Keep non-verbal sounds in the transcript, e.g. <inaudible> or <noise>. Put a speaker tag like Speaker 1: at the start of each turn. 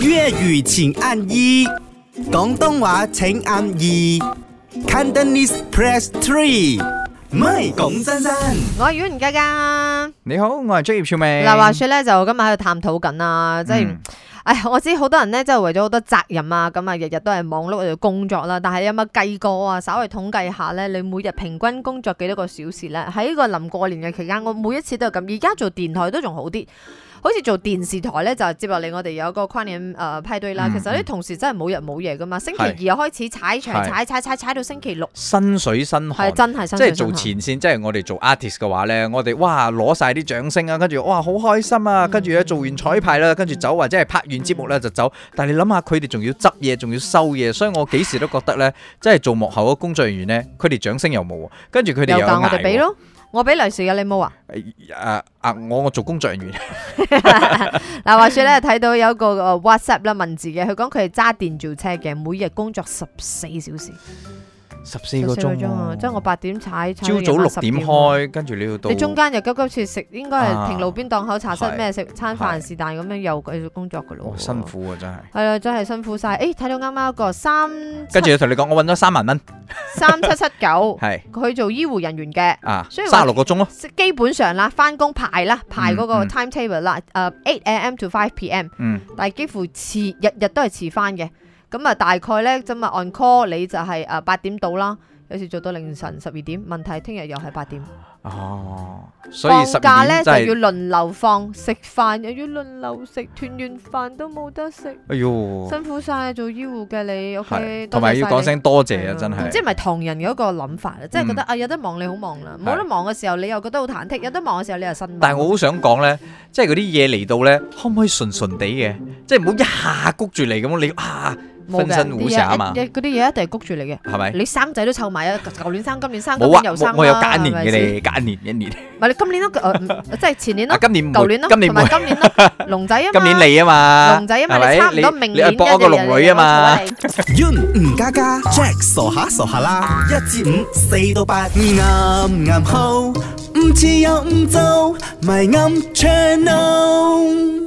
Speaker 1: 粤语请按一，广东话请按二，Cantonese press three。唔係講真真，
Speaker 2: 我系阮家噶。
Speaker 3: 你好，我系職業少美。
Speaker 2: 嗱，話說咧，就今日喺度探討緊啊，即係
Speaker 3: 嗯，
Speaker 2: 唉，我知好多人咧，即係為咗好多責任啊，咁啊，日日都係忙碌喺度工作啦。但係有冇計過啊？稍微統計下咧，你每日平均工作幾多個小時咧？喺個臨過年嘅期間，我每一次都係咁。而家做電台都仲好啲。好似做電視台咧，就接落嚟我哋有個跨年誒派對啦。
Speaker 3: 嗯
Speaker 2: 其實啲同事真係冇日冇夜噶嘛，星期二
Speaker 3: 係
Speaker 2: 又開始踩場，
Speaker 3: 係
Speaker 2: 踩踩踩踩到星期六，
Speaker 3: 身水身
Speaker 2: 係
Speaker 3: 汗。
Speaker 2: 真係辛
Speaker 3: 即
Speaker 2: 苦
Speaker 3: 係
Speaker 2: 辛
Speaker 3: 做
Speaker 2: 苦
Speaker 3: 前線，即係我哋做 artist 嘅話咧，我哋哇攞晒啲掌聲啊，跟住哇好開心啊，
Speaker 2: 嗯
Speaker 3: 跟住咧做完彩排啦，跟住走或者係拍完節目咧就走。但係你諗下，佢哋仲要執嘢，仲要收嘢，所以我幾時都覺得咧，即係做幕後嘅工作人員咧，佢哋掌聲又冇喎，跟住佢哋
Speaker 2: 又
Speaker 3: 又有
Speaker 2: 教我哋
Speaker 3: 嗌
Speaker 2: 俾
Speaker 3: 喎。
Speaker 2: 咯，我俾利是嘅，你冇啊？
Speaker 3: 誒啊啊！我我做工作人員，
Speaker 2: <laughs> 嗱，話說咧，睇到有一個呃 WhatsApp 啦文字嘅，佢講佢係揸電召車嘅，每日工作十四小時，
Speaker 3: 十四個鐘
Speaker 2: 啊！
Speaker 3: 喎，
Speaker 2: 即係我八點踩，踩
Speaker 3: 朝
Speaker 2: 到夜
Speaker 3: 早六
Speaker 2: 晚10
Speaker 3: 點
Speaker 2: 喎。
Speaker 3: 開，跟住你要到
Speaker 2: 啊你中間又急急切食，應該係
Speaker 3: 啊
Speaker 2: 停路邊檔口茶室
Speaker 3: 係
Speaker 2: 咩食餐飯
Speaker 3: 係
Speaker 2: 是但咁樣又繼續工作噶咯
Speaker 3: 哦
Speaker 2: 喎，
Speaker 3: 辛苦啊真係。
Speaker 2: 係啊，真係辛苦晒。誒，睇到啱啱一個三
Speaker 3: 跟住
Speaker 2: 七
Speaker 3: 佢同你講，我揾咗三萬蚊，
Speaker 2: 三七七
Speaker 3: <laughs>
Speaker 2: 九，
Speaker 3: 係
Speaker 2: 佢做醫護人員嘅。
Speaker 3: 啊，
Speaker 2: 所以
Speaker 3: 三十六個鐘咯。
Speaker 2: 基本上啦，翻工排啦，排嗰個
Speaker 3: 嗯嗯
Speaker 2: timetable 啦，誒 eight a.m. to five p.m.
Speaker 3: 嗯，
Speaker 2: 但係幾乎遲日日都係遲翻嘅。咁啊，大概咧咁啊，on call 你就係誒八點到啦，有時做到凌晨十二點。問題聽日又係八點。
Speaker 3: 哦，所以
Speaker 2: 放
Speaker 3: 十
Speaker 2: 假咧就
Speaker 3: 二真係
Speaker 2: 要，輪流放，食飯又要輪流食，團圓飯都冇得食，
Speaker 3: 哎呦，
Speaker 2: 辛苦晒做醫護嘅你。
Speaker 3: 係
Speaker 2: OK，
Speaker 3: 同埋要講聲多
Speaker 2: 多晒你
Speaker 3: 謝啊，真
Speaker 2: 係唔知
Speaker 3: 係嗯
Speaker 2: 係咪唐人有一個諗法咧，即係覺得啊有得忙你好忙啦，冇得忙嘅時候你又覺得好忐忑，有得忙嘅時候你又身。
Speaker 3: 但係我好想講咧，即係嗰啲嘢嚟到咧，可唔可以順順地嘅，即係唔好一下谷住嚟咁，你啊
Speaker 2: 冇
Speaker 3: 分
Speaker 2: 嘅
Speaker 3: 身護
Speaker 2: 啲
Speaker 3: 食啊
Speaker 2: 嘢
Speaker 3: 嘛
Speaker 2: 一，一嗰啲嘢一定係谷住你嘅。
Speaker 3: 係咪？
Speaker 2: 你生仔都湊埋啊！舊年生，今年生，今
Speaker 3: 冇
Speaker 2: 年
Speaker 3: 啊，
Speaker 2: 又生
Speaker 3: 我我有
Speaker 2: 啦
Speaker 3: 揀年
Speaker 2: 係咪先
Speaker 3: 嘅你，揀年一年，
Speaker 2: 唔係你今年咯，呃唔即係前年
Speaker 3: <laughs> 啊
Speaker 2: 咯，
Speaker 3: 今年唔
Speaker 2: 舊
Speaker 3: 會
Speaker 2: 年咯，
Speaker 3: 今年
Speaker 2: 同
Speaker 3: 唔
Speaker 2: 埋
Speaker 3: 會
Speaker 2: 今年咯，龍仔啊嘛，
Speaker 3: 今年你啊嘛，
Speaker 2: 龍仔啊
Speaker 3: 係
Speaker 2: 嘛，
Speaker 3: 咪
Speaker 2: 你差唔多
Speaker 3: 你
Speaker 2: 明
Speaker 3: 你係
Speaker 2: 年
Speaker 3: 博一個
Speaker 2: 嘅
Speaker 3: 龍女啊嘛。
Speaker 1: Yun 吳家家，Jack 傻下傻下啦，一至五四到八，啱啱好，唔似有唔做，咪啱 channel。